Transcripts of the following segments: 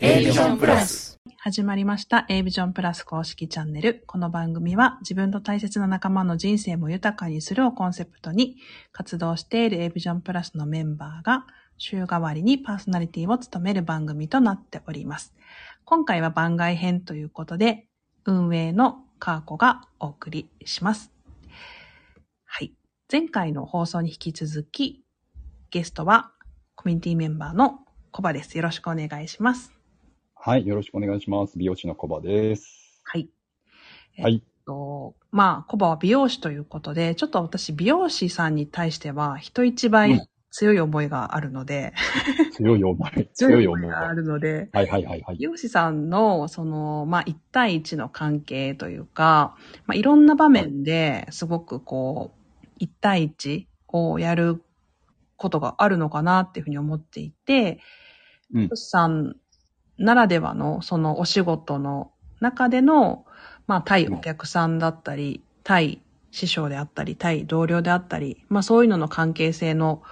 A ビジョンプラス。始まりました A ビジョンプラス公式チャンネル。この番組は自分と大切な仲間の人生も豊かにするをコンセプトに活動している A ビジョンプラスのメンバーが週替わりにパーソナリティを務める番組となっております。今回は番外編ということで運営のカーコがお送りします。はい。前回の放送に引き続きゲストはコミュニティメンバーのコバです。よろしくお願いします。はい、よろしくお願いします。美容師のコバです。はい。はい。えっと、まあ、コバは美容師ということで、ちょっと私、美容師さんに対しては、人う一ん倍強い思いがあるの で、強い思い。強い思いがあが。るので、はいはいはいはい美。容師さんの、その、まあ、一対一の関係というか、まあ、いろんな場面ですごくこう、一対一をやることがあるのかなっていうふうに思っていて、うん美容師さんならではの、そのお仕事の中での、まあ、対お客さんだったり、対師匠であったり、対同僚であったり、まあ、そういうのの関係性の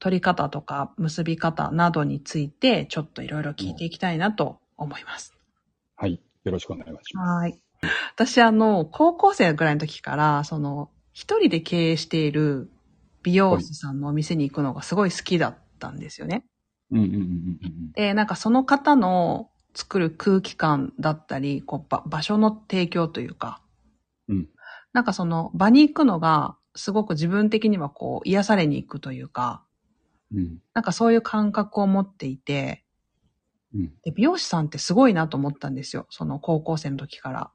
取り方とか結び方などについて、ちょっといろいろ聞いていきたいなと思います。はい。よろしくお願いします。はい。私、あの、高校生ぐらいの時から、その、一人で経営している美容師さんのお店に行くのがすごい好きだったんですよね。うんうんうんうんうん。で、なんかその方の作る空気感だったり、こうば場所の提供というか、うんなんかその場に行くのが、すごく自分的にはこう、癒されに行くというか、うんなんかそういう感覚を持っていて、うん。で美容師さんってすごいなと思ったんですよ。その高校生の時から。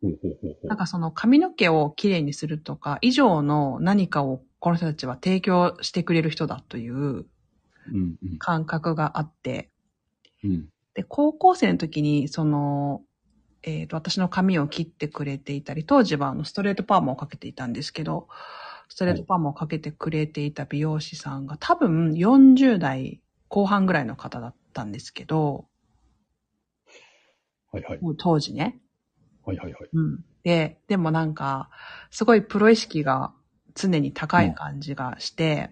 ほうほうほうほなう。んかその髪の毛をきれいにするとか、以上の何かをこの人たちは提供してくれる人だといううんうん感覚があって、うん。で、高校生の時に、その、えっ、と、私の髪を切ってくれていたり、当時はあのストレートパーマをかけていたんですけど、ストレートパーマをかけてくれていた美容師さんが多分40代後半ぐらいの方だったんですけど、はいはい。もう当時ね。はいはいはい。うん。で、でもなんか、すごいプロ意識が常に高い感じがして、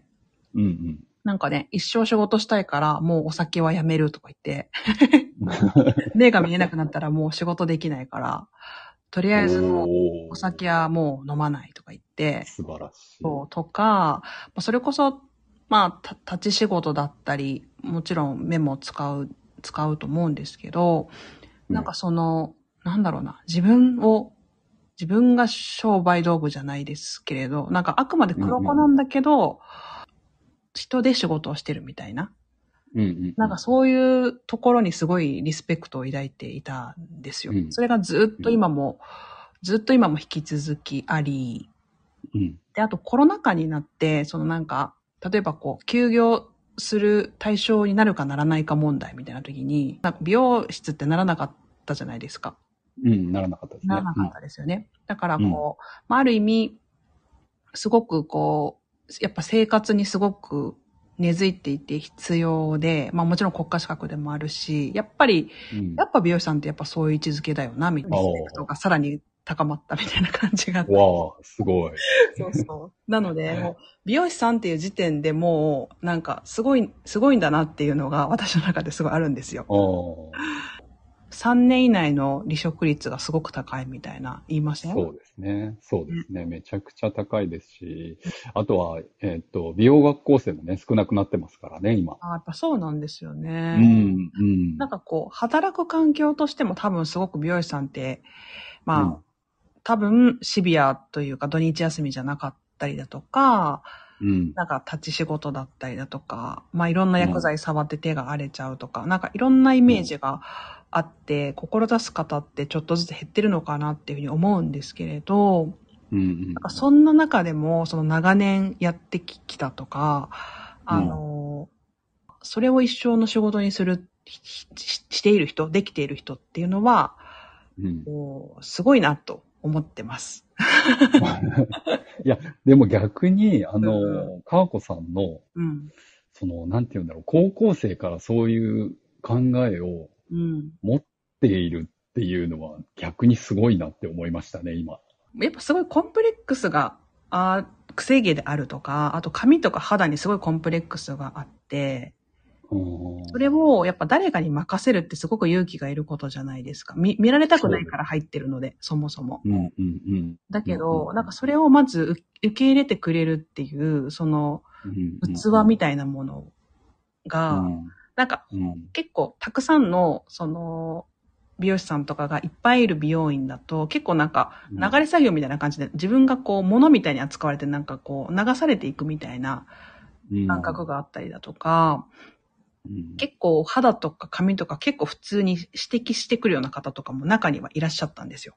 うんうん。なんかね、一生仕事したいから、もうお酒はやめるとか言って、目が見えなくなったらもう仕事できないから、とりあえずもうおお酒はもう飲まないとか言って、素晴らしい。そう、とか、まあそれこそ、まあ、た立ち仕事だったり、もちろん目も使う、使うと思うんですけど、うんなんかその、なんだろうな、自分を、自分が商売道具じゃないですけれど、なんかあくまで黒子なんだけど、人で仕事をしてるみたいな。うんうん。なんかそういうところにすごいリスペクトを抱いていたんですよ。うんそれがずっと今も、ずっと今も引き続きあり、うん。で、あとコロナ禍になって、そのなんか、例えばこう、休業する対象になるかならないか問題みたいな時に、なんか美容室ってならなかったじゃないですか。うん。ならなかったですね。ならなかったですよね。だからこう、まあ、ある意味、すごくこう、やっぱ生活にすごく根付いていて必要で、まあもちろん国家資格でもあるし、やっぱり、うんうんやっぱ美容師さんってやっぱそういう位置づけだよな、みたいな。おーリスペクトがさらに高まったみたいな感じがあって。わあ、すごい。そうそう。なので、もう美容師さんっていう時点でもう、なんか、すごい、すごいんだなっていうのが私の中ですごいあるんですよあ。あ、 3年以内の離職率がすごく高いみたいな言いませんそうですね。そうですね。めちゃくちゃ高いですし、あとは、えっ、と、美容学校生もね、少なくなってますからね、今。あやっぱそうなんですようね。ん、うん。なんかこう、働く環境としても多分すごく美容師さんって、まあ、うん多分シビアというか土日休みじゃなかったりだとか、うん。なんか立ち仕事だったりだとか、まあいろんな薬剤触って手が荒れちゃうとか、なんかいろんなイメージがあって、志す方ってちょっとずつ減ってるのかなっていうふうに思うんですけれど、うん、うんなんかそんな中でも、その長年やってききたとか、あの、それを一生の仕事にする、しししている人、できている人っていうのは、うん。こうすごいなと思ってます。でも逆に、あうの、かわこさんの、うん。その、なんて言うんだろう、高校生からそういう考えをうん。持っているっていうのは、逆にすごいなって思いましたね、今。やっぱすごいコンプレックスが、あー癖毛であるとか、あと髪とか肌にすごいコンプレックスがあって、うんそれをやっぱ誰かに任せるってすごく勇気がいることじゃないですか。見見られたくないから入ってるので、そもそも。うんうんうんだけうんど、うんなんかそれをまず受受け入れてくれるっていう、そのうん。器みたいなものたが、なんかうん。結構たくさんの、その、美容師さんとかがいっぱいいる美容院だと、結構なんかうん流れ作業みたいな感じで、自分がこう物みたいに扱われてなんかこう流されていくみたいなうん感覚があったりだとか、うん結構肌とか髪とか結構普通に指摘してくるような方とかも中にはいらっしゃったんですよ。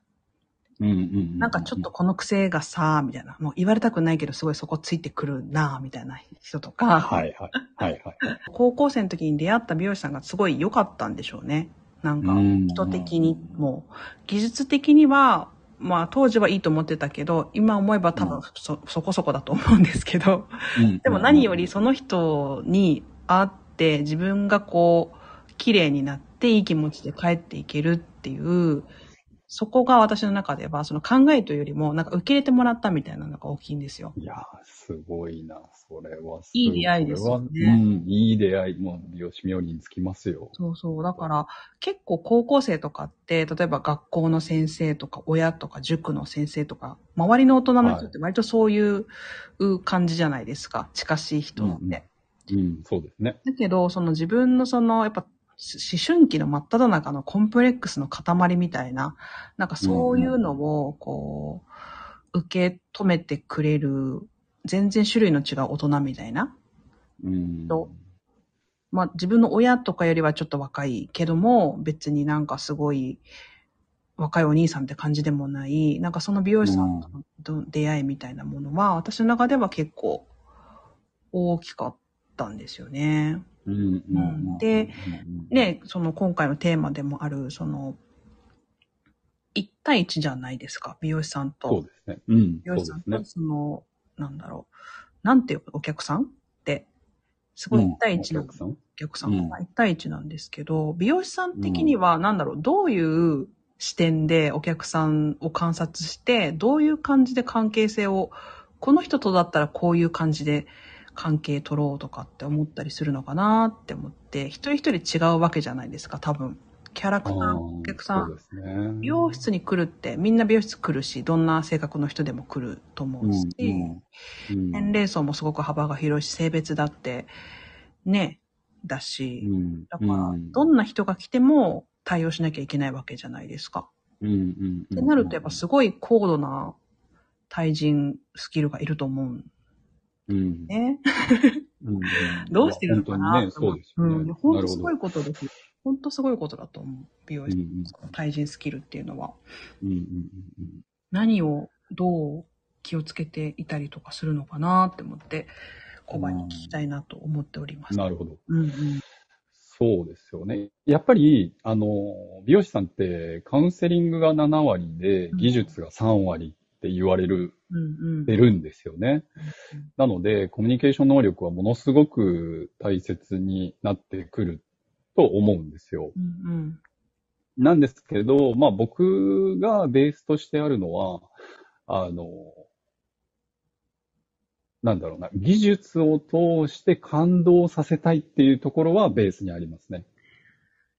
うんうんうん。なんかちょっとこの癖がさ、みたいな。もう言われたくないけどすごいそこついてくるな、みたいな人とか、はいはい。はいはい。高校生の時に出会った美容師さんがすごい良かったんでしょうね。なんかうん人的にも、技術的には、まあ当時はいいと思ってたけど、今思えば多う分んそそこそこだと思うんですけど。うんでも何よりその人に会って自分がこう、綺麗になっていい気持ちで帰っていけるっていう、そこが私の中では、その考えというよりも、なんか受け入れてもらったみたいなのが大きいんですよ。いやー、すごいな。それはすいい出会いですよねそれはうん、いい出会い。もう、美容師冥利につきますよ。そうそう。だから、結構高校生とかって、例えば学校の先生とか、親とか、塾の先生とか、周りの大人の人って割とそういうう感じじゃないですか。近しい人って。うんうん、そうですね。だけど、その自分のその、やっぱ、し思春期の真っ只中のコンプレックスの塊みたいな、なんかそういうのを、こう、受け止めてくれる、全然種類の違う大人みたいな。うん。そうまあ自分の親とかよりはちょっと若いけども、別になんかすごい、若いお兄さんって感じでもない、なんかその美容師さんとの出会いみたいなものは、私の中では結構大きかったんですよね。うんうんうん。で、ね、その今回のテーマでもある、その、1対1じゃないですか、美容師さんそうと。ですね。うん、美そう容で師さんすと、ね。その、なんだろう、なんていうお客さんって、すごい1対1のうんおお客さん客さんうんが1対1なんですけど、美容師さん的には、なんだろう、どういう視点でお客さんを観察して、どういう感じで関係性を、この人とだったらこういう感じで関係取ろうとかって思ったりするのかなって思って、一人一人違うわけじゃないですか、多分。キャラクター、お客あさ。ーそうんですね。美容室に来るって、みんな美容室来るし、どんな性格の人でも来ると思ううんし、うん年齢層もすごく幅が広いし、性別だって、ね、だし、うんだから、うんどんな人が来ても対応しなきゃいけないわけじゃないですか。うんうんうんってなると、やっぱすごい高度な対人スキルがいると思うんうんね。うんうんどうしてるのか本当なにね、そうですうよね。ん。なるほほんとど。すごいことですよ。ほんとすごいことだと思う。美容うんう室んの対人スキルっていうのは。うんうんうん何をどう気をつけていたりとかするのかなって思って、小林に聞きたいなと思っておりまうす。ん。なるほど。うんうん。そうですよね。やっぱり、あの、美容師さんってカウンセリングが7割でうん技術が3割って言われる、うんうん。てるんですよねうん。なので、コミュニケーション能力はものすごく大切になってくると思うんですよ。うんうん。なんですけど、まあ僕がベースとしてあるのは、あの、なんだろうな、技術を通して感動させたいっていうところはベースにありますね。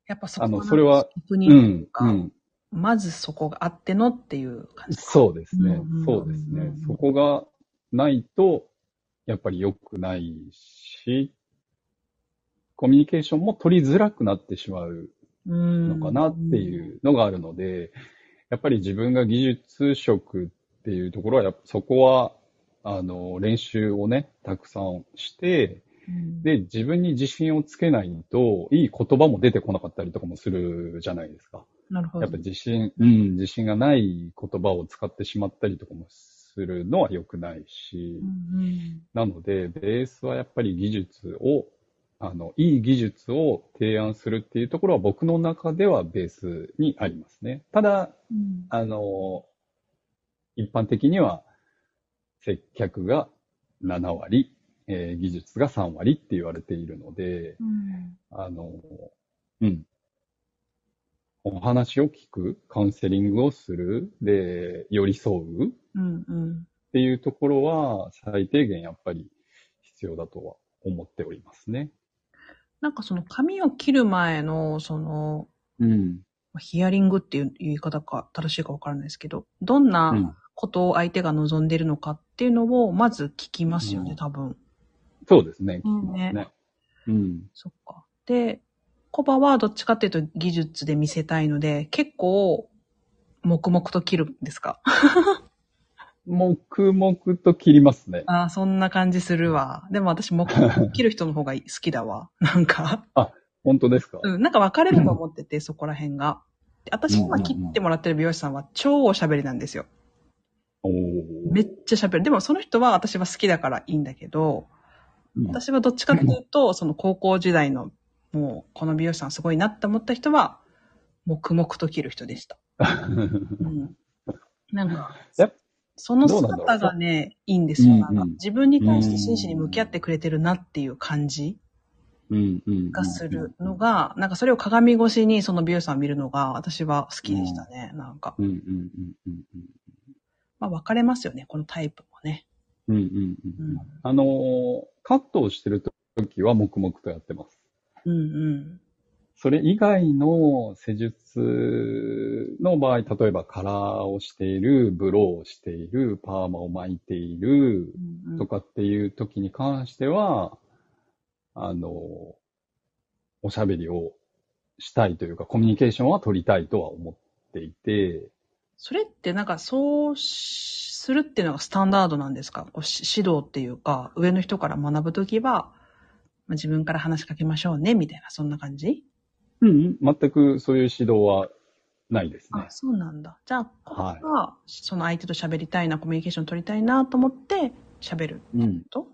やっぱそこあのなんかそれは職う人ん、とうかん。まずそこがあってのっていう感じ。そうですねうんうんうんうん。そうですね。そこがないと、やっぱり良くないし、コミュニケーションも取りづらくなってしまうののかなっていうのがあるので、やっぱり自分が技術職っていうところは、やっぱそこは、あの、練習をね、たくさんして、うん。で、自分に自信をつけないと、いい言葉も出てこなかったりとかもするじゃないですか。なるほやど。っぱ自信、うん、自信がない言葉を使ってしまったりとかもするのは良くないしう、んなので、ベースはやっぱり技術を、あの、いい技術を提案するっていうところは僕の中ではベースにありますね。ただ、うんあの、一般的には、接客が7割、えー技術が3割って言われているので、うんあの、うん。お話を聞く、カウンセリングをする、で、寄り添うっうんうんていうところは、最低限やっぱり必要だとは思っておりますね。なんかその髪を切る前の、その、うん。ヒアリングっていう言い方か正しいかわからないですけど、どんうなんことを相手が望んでるのかっていうのをまず聞きますよね、うん多分。そうですね。うん聞きますね。うん。そっか。で、コバはどっちかっていうと技術で見せたいので、結構、黙々と切るんですか黙々と切りますね。ああ、そんな感じするわ。でも私、黙々と切る人の方が好きだわ。なんか、本当ですか、うん、なんか分かれると思っ てて、そこら辺が。でう私、んうんう今ん切ってもらってる美容師さんは超おしゃべりなんですよ。おーめっちゃしゃべる。でもその人は私は好きだからいいんだけど、うん私はどっちかっていうと、その高校時代の、もう、この美容師さんすごいなって思った人は、黙々と切る人でした。 うん。なんかや、そのどうなんだろう姿がね、いいんですよ。なんかうんうん自分に対して真摯に向き合ってくれてるなっていう感じうんうんうんがするのが、なんかそれを鏡越しにその美容師さんを見るのが私は好きでしたね。なんか、うんうんうんうんうん。まあ分かれますよね、このタイプもね。うんうんううんん。あのーカットをしてる時は黙々とやってます。うんうん。それ以外の施術の場合、例えばカラーをしている、ブローをしている、パーマを巻いているうんうんとかっていう時に関しては、あのー、おしゃべりをしたいというか、コミュニケーションは取りたいとは思っていて、それってなんかそうしするっていうのがスタンダードなんですかこうし指導っていうか、上の人から学ぶときは、まあ自分から話しかけましょうね、みたいな、そんな感じうん、うん、全くそういう指導はないですねあ、。そうなんだ。じゃあ、ここはいは、その相手と喋りたいな、コミュニケーション取りたいなと思って、喋るうん、と。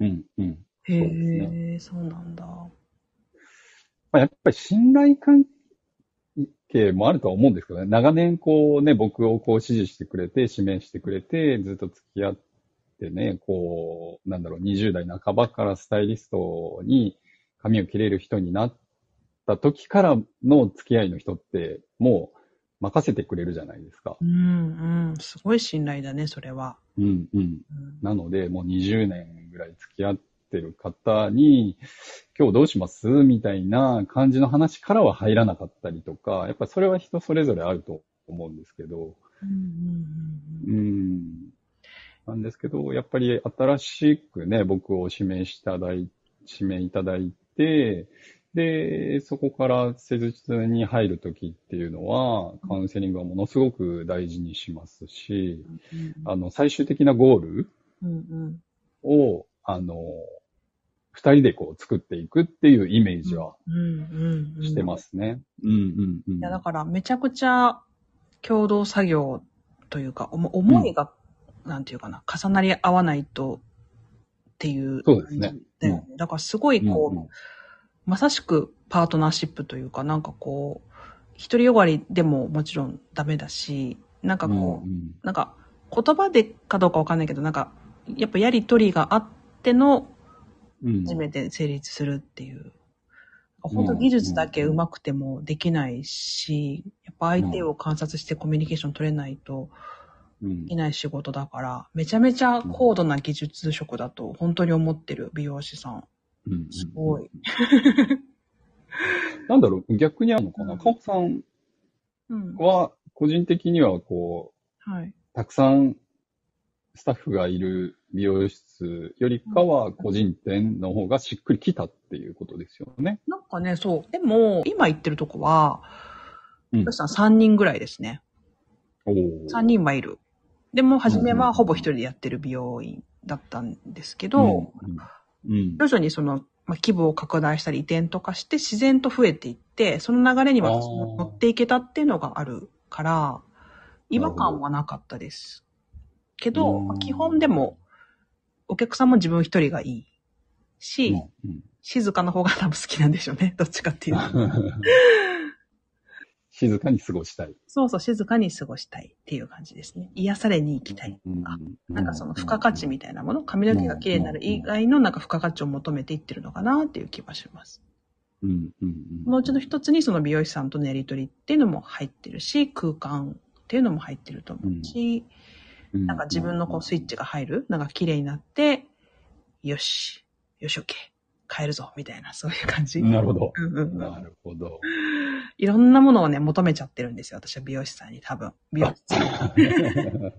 うん、うん。へうですえ、そうなんだ。まあ、やっぱり信頼関係もあるとは思うんですけどね。長年こうね、僕をこう支持してくれて、指名してくれて、ずっと付き合ってね、こう、なんだろう、20代半ばからスタイリストに髪を切れる人になった時からの付き合いの人って、もう任せてくれるじゃないですか。うんうん。すごい信頼だね、それは。うん、うん。うんなので、もう20年ぐらい付き合ってる方に、今日どうしますみたいな感じの話からは入らなかったりとか、やっぱそれは人それぞれあると思うんですけど、うんううんうんうんん。なんですけど、やっぱり新しくね、僕を指名しただい、指名いただいて、で、そこから施術に入るときっていうのは、カウンセリングはものすごく大事にしますし、あの、最終的なゴールうんうん。を、あの、二人でこう作っていくっていうイメージはうんうんうん。。してますすね。うんうんうん。いや、だからめちゃくちゃ共同作業というか、おも思いが、なんていうかな、重なり合わないとっていうそうですね感じだよね。だからすごいこう、うんうんまさしくパートナーシップというか、なんかこう、一人よがりでももちろんダメだし、なんかこう、うんなんか言葉でかどうかわかんないけど、なんか、やっぱやりとりがあってのうんうん初めて成立するっていう。本当技術だけ上手くてもできないし、やっぱ相手を観察してコミュニケーション取れないとうんできない仕事だから、めちゃめちゃ高度な技術職だと本当に思ってる美容師さん。うんすごい。なんだろう、逆にあるのかうな。んカオさんうん。は、個人的にはこはい。う、たくさんスタッフがいる美容室よりかは、個人店の方がしっくりきたっていうことですよね。なんかね、そう。でも、今行ってるとこは、うん美容師さん3人ぐらいですね。おお。 3人はいる。でも、初めうんうんうはんほぼ一人でやってる美容院だったんですけど、うんうん。徐々にその、まあ、規模を拡大したり移転とかして自然と増えていって、その流れに私も乗っていけたっていうのがあるから、違和感はなかったです。けど、うんまあ基本でも、お客さんも自分一人がいいし、うんうん静かな方が多分好きなんでしょうね。どっちかっていうと。 静かに過ごしたい。そうそう、静かに過ごしたいっていう感じですね。癒されに行きたい。うんあなんかその付加価値みたいなもの、髪の毛が綺麗になる以外のなんか付加価値を求めていってるのかなっていう気はします。うんうんうんこのうちの一つにその美容師さんとのやりとりっていうのも入ってるし、空間っていうのも入ってると思うし、なんか自分のこうスイッチが入る、なんか綺麗になって、よし、よし OK、変えるぞ、みたいな、そういう感じ。なるほど。うんうんうんなるほど。いろんなものをね、求めちゃってるんですよ。私は美容師さんに多分。美容師さん。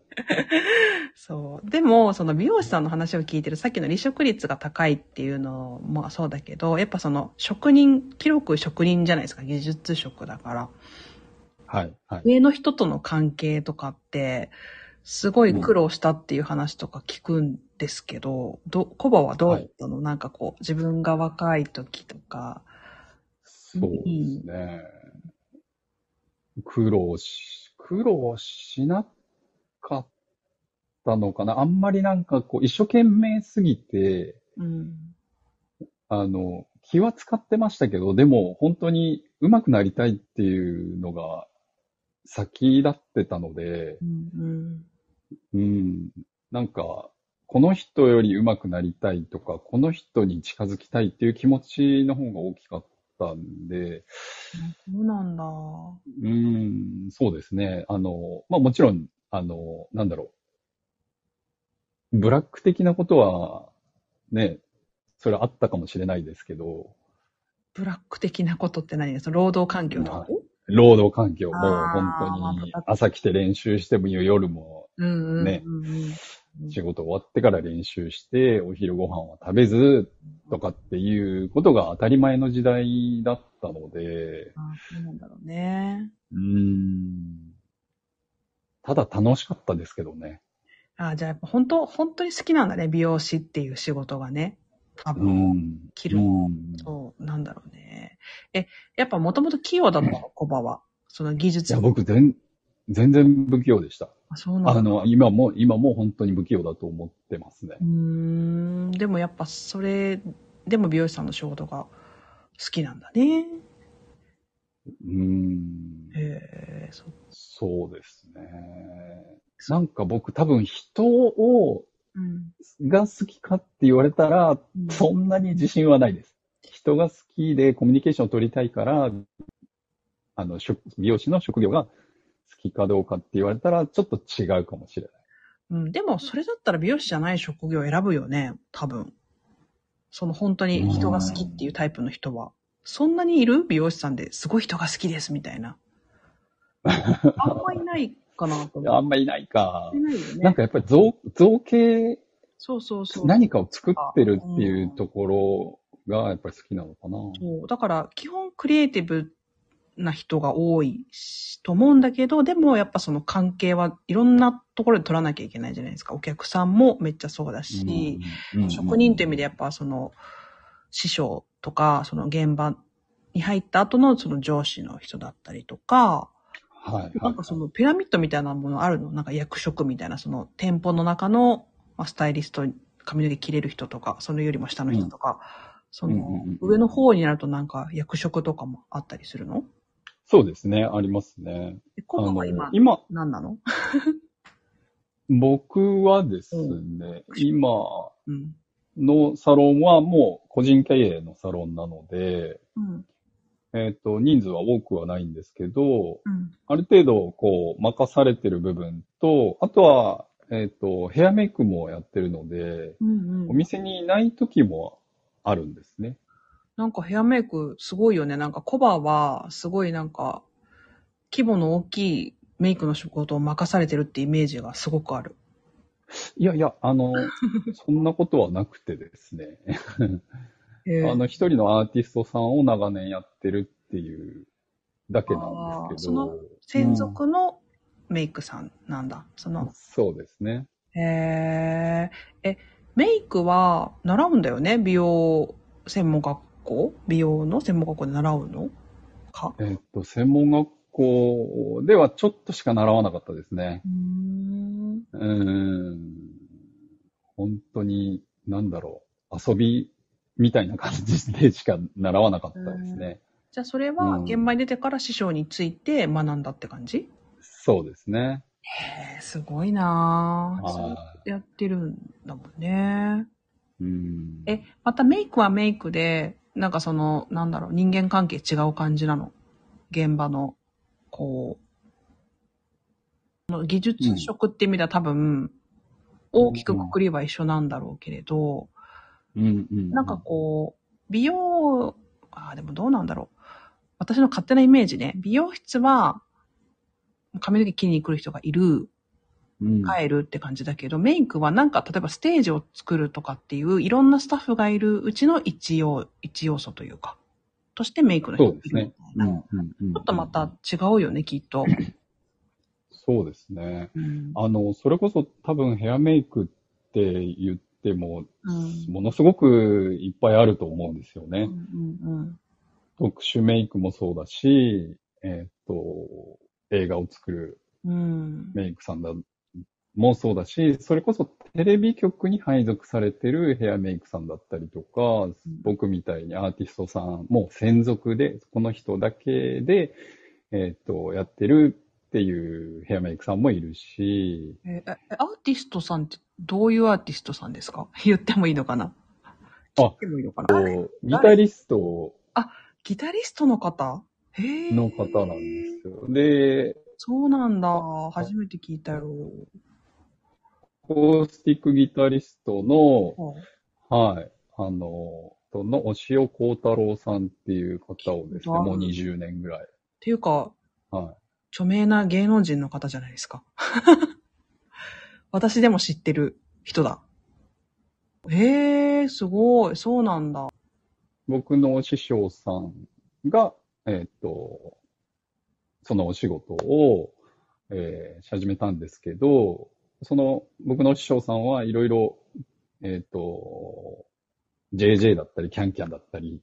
そう。でも、その美容師さんの話を聞いてる、さっきの離職率が高いっていうのもそうだけど、やっぱその職人、広く職人じゃないですか。技術職だから。はい、はい。上の人との関係とかって、すごい苦労したっていう話とか聞くんですけど、ど、コバはどうだったの、なんかこう、自分が若い時とか。そうですね。苦労し、苦労しなかったのかな。あんまりなんかこう、一生懸命すぎて、うん。あの、気は使ってましたけど、でも本当に上手くなりたいっていうのが先立ってたので、うんううん。ん、なんか、この人より上手くなりたいとか、この人に近づきたいっていう気持ちの方が大きかったんで、そうなんだ。うーん、そうですね。あの、まあもちろん、あの、なんだろう。ブラック的なことは、ね、それはあったかもしれないですけど、ブラック的なことって何ですか労働環境とか、まあ労働環境もあー本当にまあ朝来て練習しても夜もうんうんうんねうん。仕事終わってから練習してお昼ご飯は食べずとかっていうことが当たり前の時代だったので、あーそうなんだろうね。うーん、ただ楽しかったですけどね。あーじゃあやっぱ本当、本当に好きなんだね。美容師っていう仕事がね。多う分。ん。着るうんそう、なんだろうね。え、やっぱもともと器用だったの、コバは。その技い術や、僕、全、全然不器用でした。あ、そうなんだあ。の、今も、今も本当に不器用だと思ってますねう。ーん。でもやっぱそれ、でも美容師さんの仕事が好きなんだね。うーん。へえ、そそうですね。なんか僕、多分人を、うん。が好きかって言われたら、うんそんなに自信はないです。人が好きでコミュニケーションを取りたいから、あの、職美容師の職業が好きかどうかって言われたら、ちょっと違うかもしれない。うん、でも、それだったら美容師じゃない職業を選ぶよね、多分。その本当に人が好きっていうタイプの人は。そんなにいる美容師さんですごい人が好きですみた いな。あんまりないかなと思あっんまりないかて。ないよなんね。かやっぱり造、造形そうそうそう。何かを作ってるっていうところがやっぱり好きなのかな。そうだから、基本クリエイティブな人が多いしと思うんだけど、でもやっぱその関係はいろんなところで取らなきゃいけないじゃないですか。お客さんもめっちゃそうだし。うん職人という意味でやっぱその師匠とかその現場に入った後のその上司の人だったりとか、はいはい。なんかそのピラミッドみたいなものあるのなんか役職みたいなその店舗の中のまあスタイリスト、髪の毛切れる人とか、そのよりも下の人とか、そうんうんのうんうん上の方になるとなんか役職とかもあったりするのそうですね、ありますね。であ今度はの今、今、何なの僕はですね、今うん。のサロンはもう個人経営のサロンなので、うん。えっ、と、人数は多くはないんですけど、うん。ある程度、こう、任されてる部分と、あとは、えっ、と、ヘアメイクもやってるので、うんおうん。店にいない時もあるんですね。なんかヘアメイクすごいよね。なんかコバはすごいなんか規模の大きいメイクの仕事を任されてるってイメージがすごくある。いやいや、あ の、そんなことはなくてですね。へえあの、一人のアーティストさんを長年やってるっていうだけなんですけあーど。専属のメイクさんなんだ。その、そうですね。へえ。え、メイクは習うんだよね美容専門学校美容の専門学校で習うのかえっと、専門学校ではちょっとしか習わなかったですね。うーん。うーん。本当に、なんだろう。遊びみたいな感じでしか習わなかったですね。じゃあそれはうん現場に出てから師匠について学んだって感じ、そうですね。へえ、すごいなぁ。そうあやってるんだもんね。ーうん。え、またメイクはメイクで、なんかその、なんだろう、人間関係違う感じなの。現場の、こう、の技術職って意味では多分、大きくくくりは一緒なんだろうけれど、うんうん。なんかこう、美容、あーでもどうなんだろう。私の勝手なイメージね。美容室は、髪の毛切りに来る人がいる、うん。い。帰るって感じだけど、メイクはなんか、例えばステージを作るとかっていう、いろんなスタッフがいるうちの一要、一要素というか、としてメイクの人そうがいでるすね。みたいなちちょっとま。た違うよね、きっと。そうですね。うんあの、それこそ多分ヘアメイクって言っても、うんものすごくいっぱいあると思うんですようね。んうん特殊メイクもそうだし、えーっと、映画を作るうんメイクさんだもそうだし、それこそテレビ局に配属されてるヘアメイクさんだったりとか、僕みたいにアーティストさん、もう専属で、この人だけで、えーっと、やってるっていうヘアメイクさんもいるし、ええアーティストさんってどういうアーティストさんですか言ってもいいのかなあ聞いてもいいのかなあギタリストギタリストの方へーの方なんですよ。で、そうなんだ。初めて聞いたよ。アコースティックギタリストの、ははい。あの、その、押尾幸太郎さんっていう方をですね、はいもう20年ぐらい。っていうか、は著名な芸能人の方じゃないですか。 私でも知ってる人だ。へえ、すごい。そうなんだ。い。僕の師匠さんが、えっ、と、そのお仕事を、えーし始めたんですけど、その、僕の師匠さんはいろいろ、えっ、と、JJ だったり、キャンキャンだったり、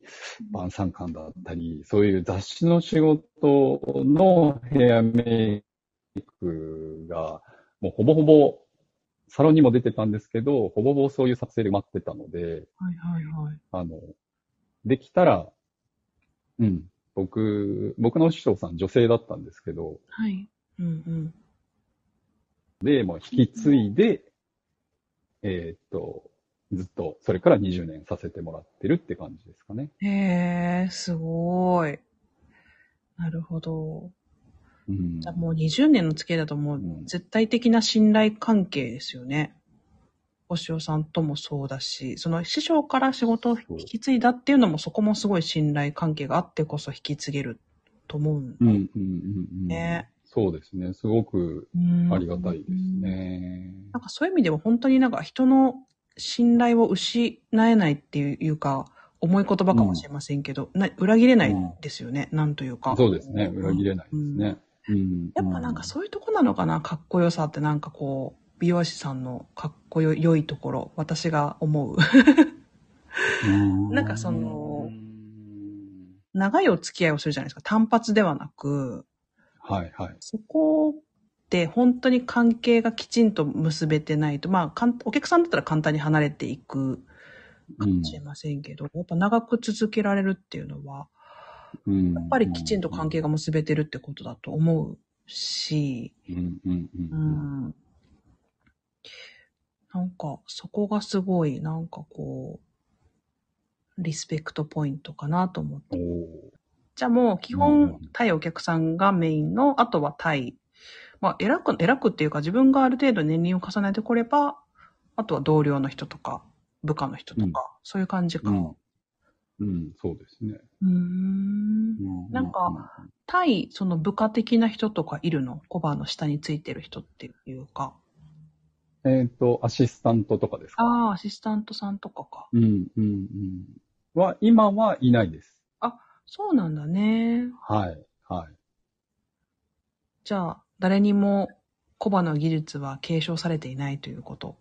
晩餐館だったり、そういう雑誌の仕事のヘアメイクが、もうほぼほぼ、サロンにも出てたんですけど、ほぼほぼそういう撮影で埋まってたので、はいはいはい。あの、できたら、うん、僕、僕の師匠さん女性だったんですけど、はい。うんうん。で、もう引き継いで、えーっと、ずっと、それから20年させてもらってるって感じですかね。へえ、すごい。なるほど。うんじゃあもう20年の付き合いだともううん絶対的な信頼関係ですよね。星尾さんともそうだし、その師匠から仕事を引き継いだっていうのもそこもすごい信頼関係があってこそ引き継げると思うんうん、うん、うん。うんね。そうですね。すごくうんありがたいです。ね。なんかそういう意味でも本当になんか人の信頼を失えないっていうか、重い言葉かもしれませんけど、な裏切れないですよね、なんというか。そうですね。裏切れないですね。うん。やっぱなんかそういうとこなのかな、かっこよさってなんかこう、美容師さんのかっこよ良いところ、私が思う。 うん、なんかそのうん、長いお付き合いをするじゃないですか、単発ではなく、はい、はい。そこって本当に関係がきちんと結べてないと、まあかん、お客さんだったら簡単に離れていくかもしれませんけど、やっぱ長く続けられるっていうのは、ややっぱりきちんと関係が結べてるってことだと思うし、うんうんううんんなんか、そこがすごい、なんかこう、リスペクトポイントかなと思って。うん。おじゃあもう基うんう本ん、対お客さんがメインの、あとは対、まあ偉く、偉くっていうか自分がある程度年齢を重ねてこれば、あとは同僚の人とか、部下の人とか、うんそういう感じか。ーうん。うん、そうですね。うーん。うなんか、対、その部下的な人とかいるのコバの下についてる人っていうか。うんえっと、アシスタントとかですかああ、アシスタントさんとかか。うん、うん、うん。は、今はいないです。そうなんだね。はい、はい。じゃあ、誰にもコバの技術は継承されていないということ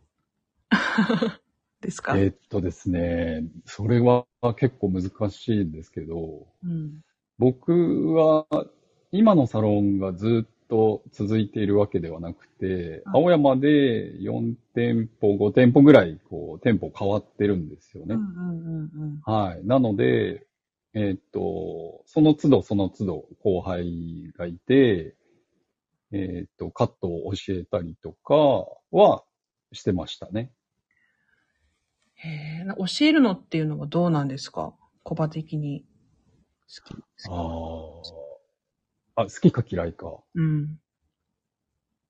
ですか、えっとですね、それは結構難しいんですけど、うん、僕は今のサロンがずっと続いているわけではなくて、あ青山で4店舗、5店舗ぐらい、こう、店舗変わってるんですようんうね。んうんはい。なので、えーっと、その都度その都度後輩がいて、えーっと、カットを教えたりとかはしてましたね。うん。へえ、な教えるのっていうのはどうなんですかコバ的に。好き。ああ。あ、好きか嫌いか。うん。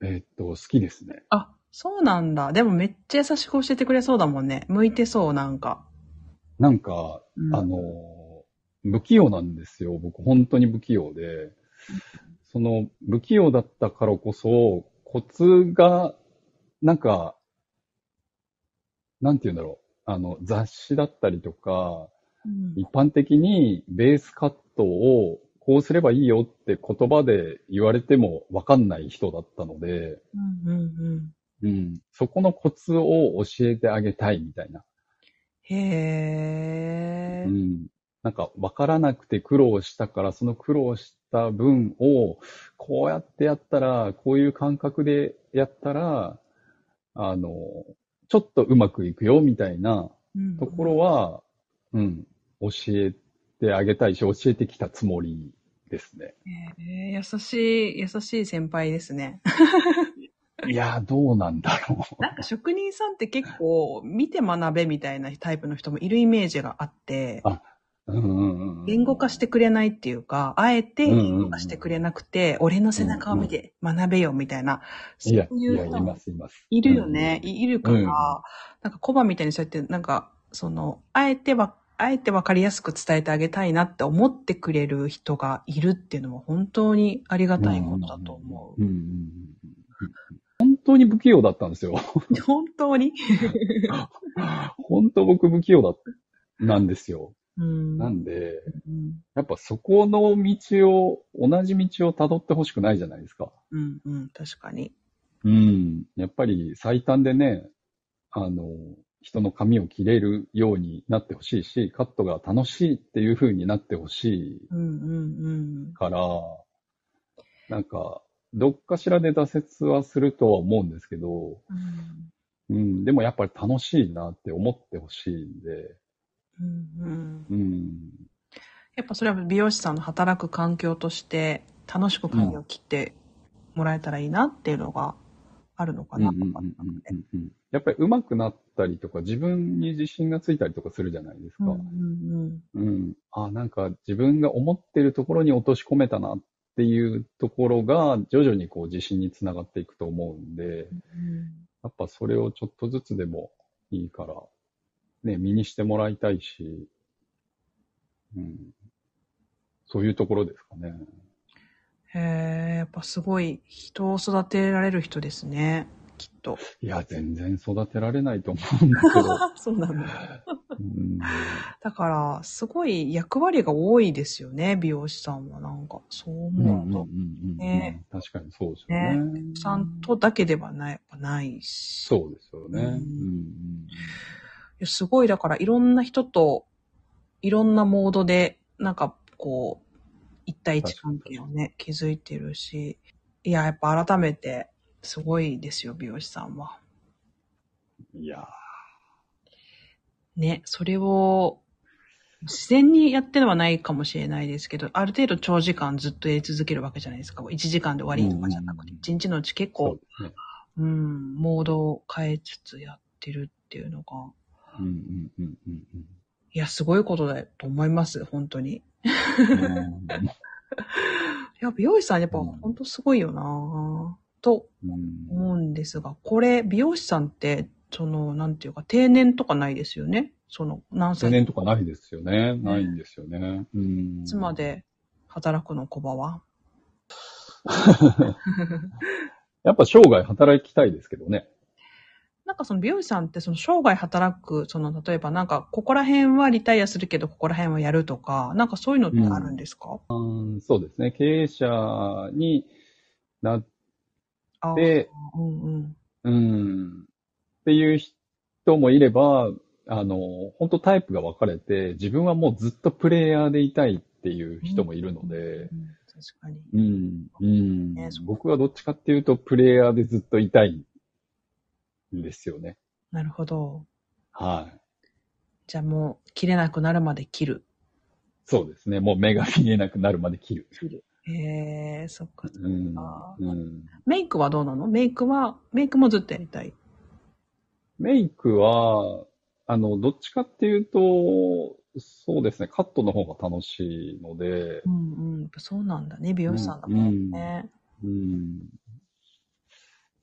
えーっと、好きですね。あ、そうなんだ。でもめっちゃ優しく教えてくれそうだもんね。向いてそう、なんか。なんか、うんあの、不器用なんですよ。僕、本当に不器用で。その、不器用だったからこそ、コツが、なんか、なんて言うんだろう。あの、雑誌だったりとか、うん一般的にベースカットをこうすればいいよって言葉で言われてもわかんない人だったので、うんうんうん。うん、そこのコツを教えてあげたいみたいな。へうーん、なんかわからなくて苦労したから、その苦労した分をこうやってやったら、こういう感覚でやったら、あの、ちょっとうまくいくよみたいなうん。ところは、うん、教えてあげたいし、教えてきたつもりですね。へー優しい、優しい先輩ですね。 いやー、どうなんだろう。なんか職人さんって結構見て学べみたいなタイプの人もいるイメージがあって、あうんうんうん言語化してくれないっていうか、あえて言語化してくれなくて、俺の背中を見て学べよみたいな、そういいや、いうや、い人もます、います。いるよね。うんいいるから、うんなんかコバみたいにそうやって、なんか、その、あえてわ、あえてわかりやすく伝えてあげたいなって思ってくれる人がいるっていうのは本当にありがたいことだと思う。うんうんうんうん本当に不器用だったんですよ。 本当に本当僕不器用だった、なんですよ。うん。なんで、うんやっぱそこの道を、同じ道を辿ってほしくないじゃないですか。うん、うん、確かに。うん。やっぱり最短でね、あの、人の髪を切れるようになってほしいし、カットが楽しいっていう風になってほしうん、うん、いから、なんか、どっかしらで挫折はするとは思うんですけど、うん。うんうん、でもやっぱり楽しいなって思ってほしいんで、うんうんうん、やっぱそれは美容師さんの働く環境として楽しく髪を切ってもらえたらいいなっていうのがあるのかなうんうんうんうんうんうんやっぱり上手くなったりとか、自分に自信がついたりとかするじゃないですうか。んううん。んうんあ、なんか自分が思ってるところに落とし込めたなっていうところが、徐々にこう自信につながっていくと思うんで、うんやっぱそれをちょっとずつでもいいから、ね、身にしてもらいたいし、うん。そういうところですかね。へえ、やっぱすごい人を育てられる人ですね、きっと。いや、全然育てられないと思うんだけど。 そうなんだ。うんだから、すごい役割が多いですよね、美容師さんは。なんか、そう思うと。うんね確かにそうですよね。さんとだけではない、やっぱないし。そうですよね。ううんんいやすごい、だからいろんな人と、いろんなモードで、なんかこう、一対一関係をね、築いてるし、いや、やっぱ改めて、すごいですよ、美容師さんは。うんいやーね、それを、自然にやってはないかもしれないですけど、ある程度長時間ずっとやり続けるわけじゃないですか。1時間で終わりとかじゃなくて、うん1日のうち結そう構で、すね。うん、モードを変えつつやってるっていうのが、うんうんうんうんいや、すごいことだと思います、本当に。いや、美容師さんやっぱうんほんとすごいよなぁとうんうん。思うんですが、これ、美容師さんって、その、なんていうか、定年とかないですよねその、何青歳年とかないですよね。ないんですよね。うん。いつまで働くの、コバは。やっぱ生涯働きたいですけどね。なんかその美容師さんって、その生涯働く、その、例えばなんか、ここら辺はリタイアするけど、ここら辺はやるとか、なんかそういうのってあるんですか、うん、そうですね。経営者になっああ、て、うんうん。うん。っていう人もいれば、あの、本当タイプが分かれて、自分はもうずっとプレイヤーでいたいっていう人もいるのでう、ん、確かに。うん、うんねそう。僕はどっちかっていうと、プレイヤーでずっといたいんですよね。なるほど。はい。じゃあもう、切れなくなるまで切る。そうですね。もう目が見えなくなるまで切る。へえそっか。うん。あーうん。メイクはどうなのメイクは、メイクもずっとやりたい。メイクは、あの、どっちかっていうと、そうですね。カットの方が楽しいので、うんうん。やっぱそうなんだね。美容師さんだもんね。うん。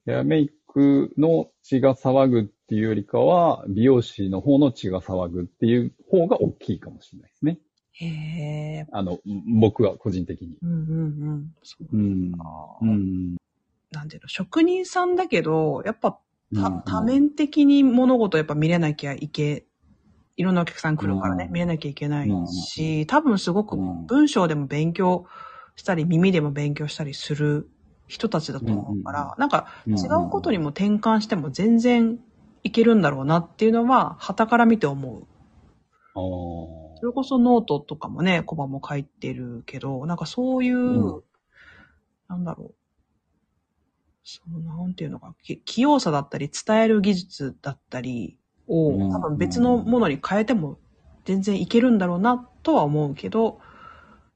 ヘアメイクの血が騒ぐっていうよりかは、美容師の方の血が騒ぐっていう方が大きいかもしれないですね。へえ。あの、僕は個人的に。うんうんうん。そううん。うん。なんていうの、職人さんだけど、やっぱうたん多面的に物事をやっぱ見れなきゃいけ、いろんなお客さん来るからね、うん見れなきゃいけないし、多分すごくうん文章でも勉強したり、耳でも勉強したりする人たちだと思うかうんら、なんかうん違うことにも転換しても全然いけるんだろうなっていうのは、旗から見て思う。あそれこそノートとかもね、コバも書いてるけど、なんかそういう、うなんだろう。その、なんていうのか、き器用さだったり、伝える技術だったりを、うん多分別のものに変えても全然いけるんだろうなとは思うけど、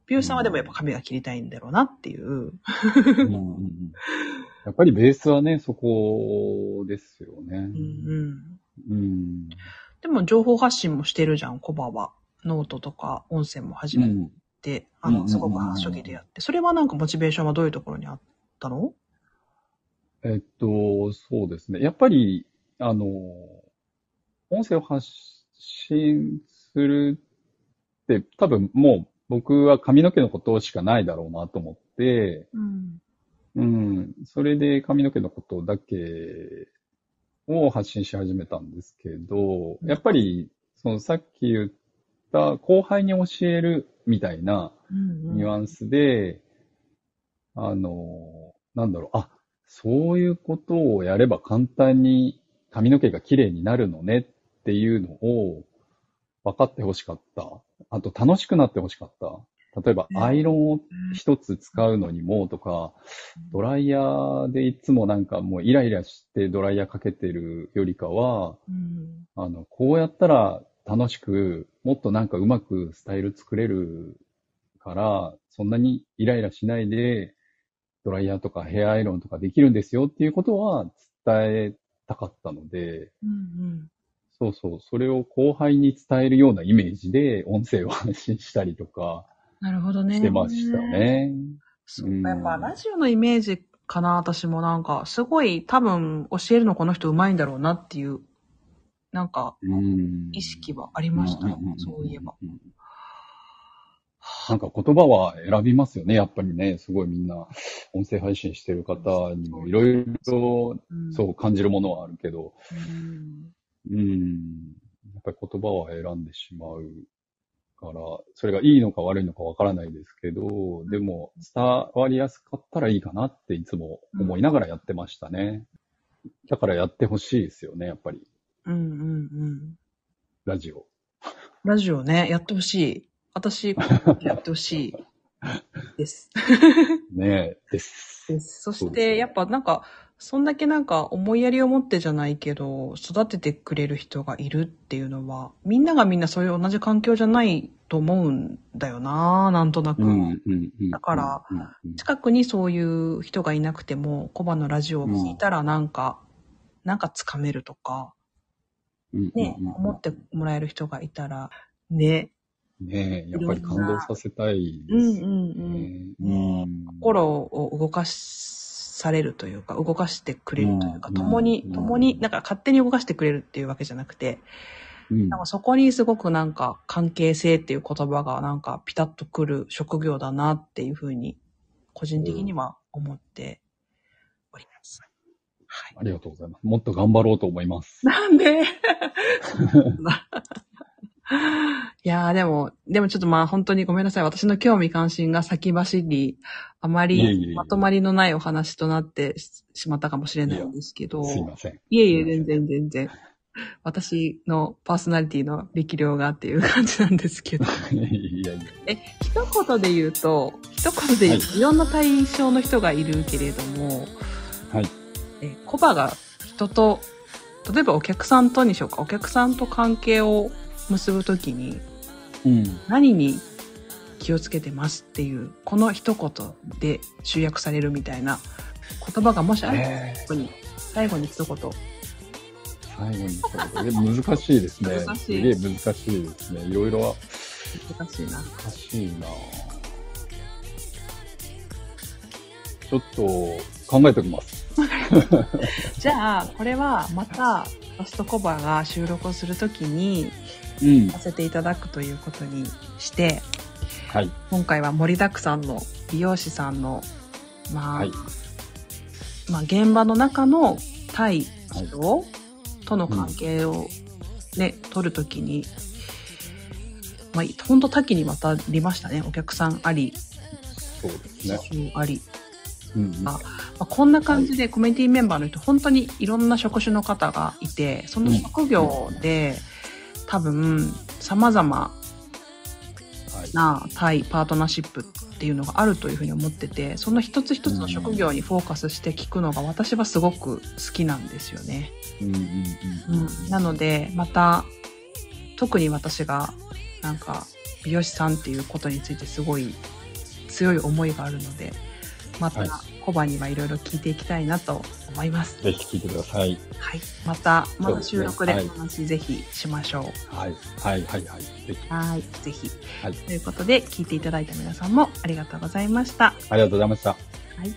ビューさんはでもやっぱ髪が切りたいんだろうなっていう。ーうんうんうん やっぱりベースはね、そこですよねうん。うん。うん。でも情報発信もしてるじゃん、コバは。ノートとか音声も始うめんて、あうの、んすごく初期でやって。それはなんかモチベーションはどういうところにあったのえっと、そうですね。やっぱり、あの、音声を発信するって、多分もう僕は髪の毛のことしかないだろうなと思って、うん。うん、それで髪の毛のことだけを発信し始めたんですけど、やっぱり、そのさっき言った後輩に教えるみたいな、うんうんニュアンスで、あの、なんだろう、あ、そういうことをやれば簡単に髪の毛が綺麗になるのねっていうのを分かってほしかった。あと楽しくなってほしかった。例えばねアイロンを一つ使うのにもとか、ドライヤーでいつもなんかもうイライラしてドライヤーかけてるよりかは、うんあの、こうやったら楽しく、もっとなんかうまくスタイル作れるから、そんなにイライラしないで、ドライヤーとかヘアアイロンとかできるんですよっていうことは伝えたかったので、うんそうそう、それを後輩に伝えるようなイメージで音声を発信したりとかなるほどね。してました。ね。そうか、やっぱうんラジオのイメージかな、私もなんか、すごい多分教えるのこの人上手いんだろうなっていう、なんかうん。意識はありましたうんうんうんう。んそういえば。。なんか言葉は選びますよね、やっぱりね。すごいみんな、音声配信してる方にもいろいろ、うんそう感じるものはあるけど、ううん。ん。やっぱり言葉は選んでしまうから、それがいいのか悪いのかわからないですけど、でも伝わりやすかったらいいかなっていつも思いながらやってましたね。だからやってほしいですよね、やっぱり。うんうんうん。ラジオ。ラジオね、やってほしい。私、やってほしい。です。ねえ、です。です。そそうしですよて、ねやっぱなんか、そんだけなんか思いやりを持ってじゃないけど、育ててくれる人がいるっていうのは、みんながみんなそういう同じ環境じゃないと思うんだよななんとなく。うん、うん、うん。だからうん、うん近くにそういう人がいなくても、コバのラジオを聞いたらなんか、なんかつかめるとか、うん、ね、うんうん思ってもらえる人がいたら、ね、ねえ、やっぱり感動させたいでうんすうね。んうん。うん心を動かされるというか、動かしてくれるというか、うん共にう、ん共に、なんか勝手に動かしてくれるっていうわけじゃなくて、うんなんかそこにすごくなんか関係性っていう言葉がなんかピタッとくる職業だなっていうふうに、個人的には思っております。はい。ありがとうございます。もっと頑張ろうと思います。なんで いやーでも、でもちょっとまあ本当にごめんなさい。私の興味関心が先走り、あまいえいえいりえまとまりのないお話となってししまったかもしれないんですけど。すいませ ん。いえいえ、全然全然。私のパーソナリティの力量がっていう感じなんですけど。いやいや。え、一言で言うと、一言で言うと、い、ろんな対象の人がいるけれども、はい。え、コバが人と、例えばお客さんとにしようか、お客さんと関係を結ぶときに、うん。何に気をつけてますっていう、この一言で集約されるみたいな言葉がもしあれば、えーここに最後に一言。最後に一言で難しいですね。難しすげいえ難しいですね。いろいろ難しいな。難しいなちょっと考えておきます。じゃあ、これはまた、ロストコバが収録をするときにうん。させていただくということにして、はい。今回は盛りだくさんの美容師さんの、まあ、はいまあ、現場の中の対人との関係をね、取るときに、まあ、ほんと多岐にわたりましたね。お客さんあり、そうです市ね。場あり。うん。あまあ、こんな感じでコミュニティメンバーの人、本当にいろんな職種の方がいて、その職業で、多分、様々はい。な対パートナーシップっていうのがあるというふうに思っててその一つ一つの職業にフォーカスして聞くのが私はすごく好きなんですよね。うんうんうんうん。なのでまた特に私がなんか美容師さんっていうことについてすごい強い思いがあるのでまたはいコバにはいろいろ聞いていきたいなと思います。ぜひ聞いてください。はい、またまた収録でそうでおすね話ぜひしましょう。はい。はいはいはい。ぜひ。はい、ぜひ、はいということで聞いていただいた皆さんもありがとうございました。ありがとうございました。はい、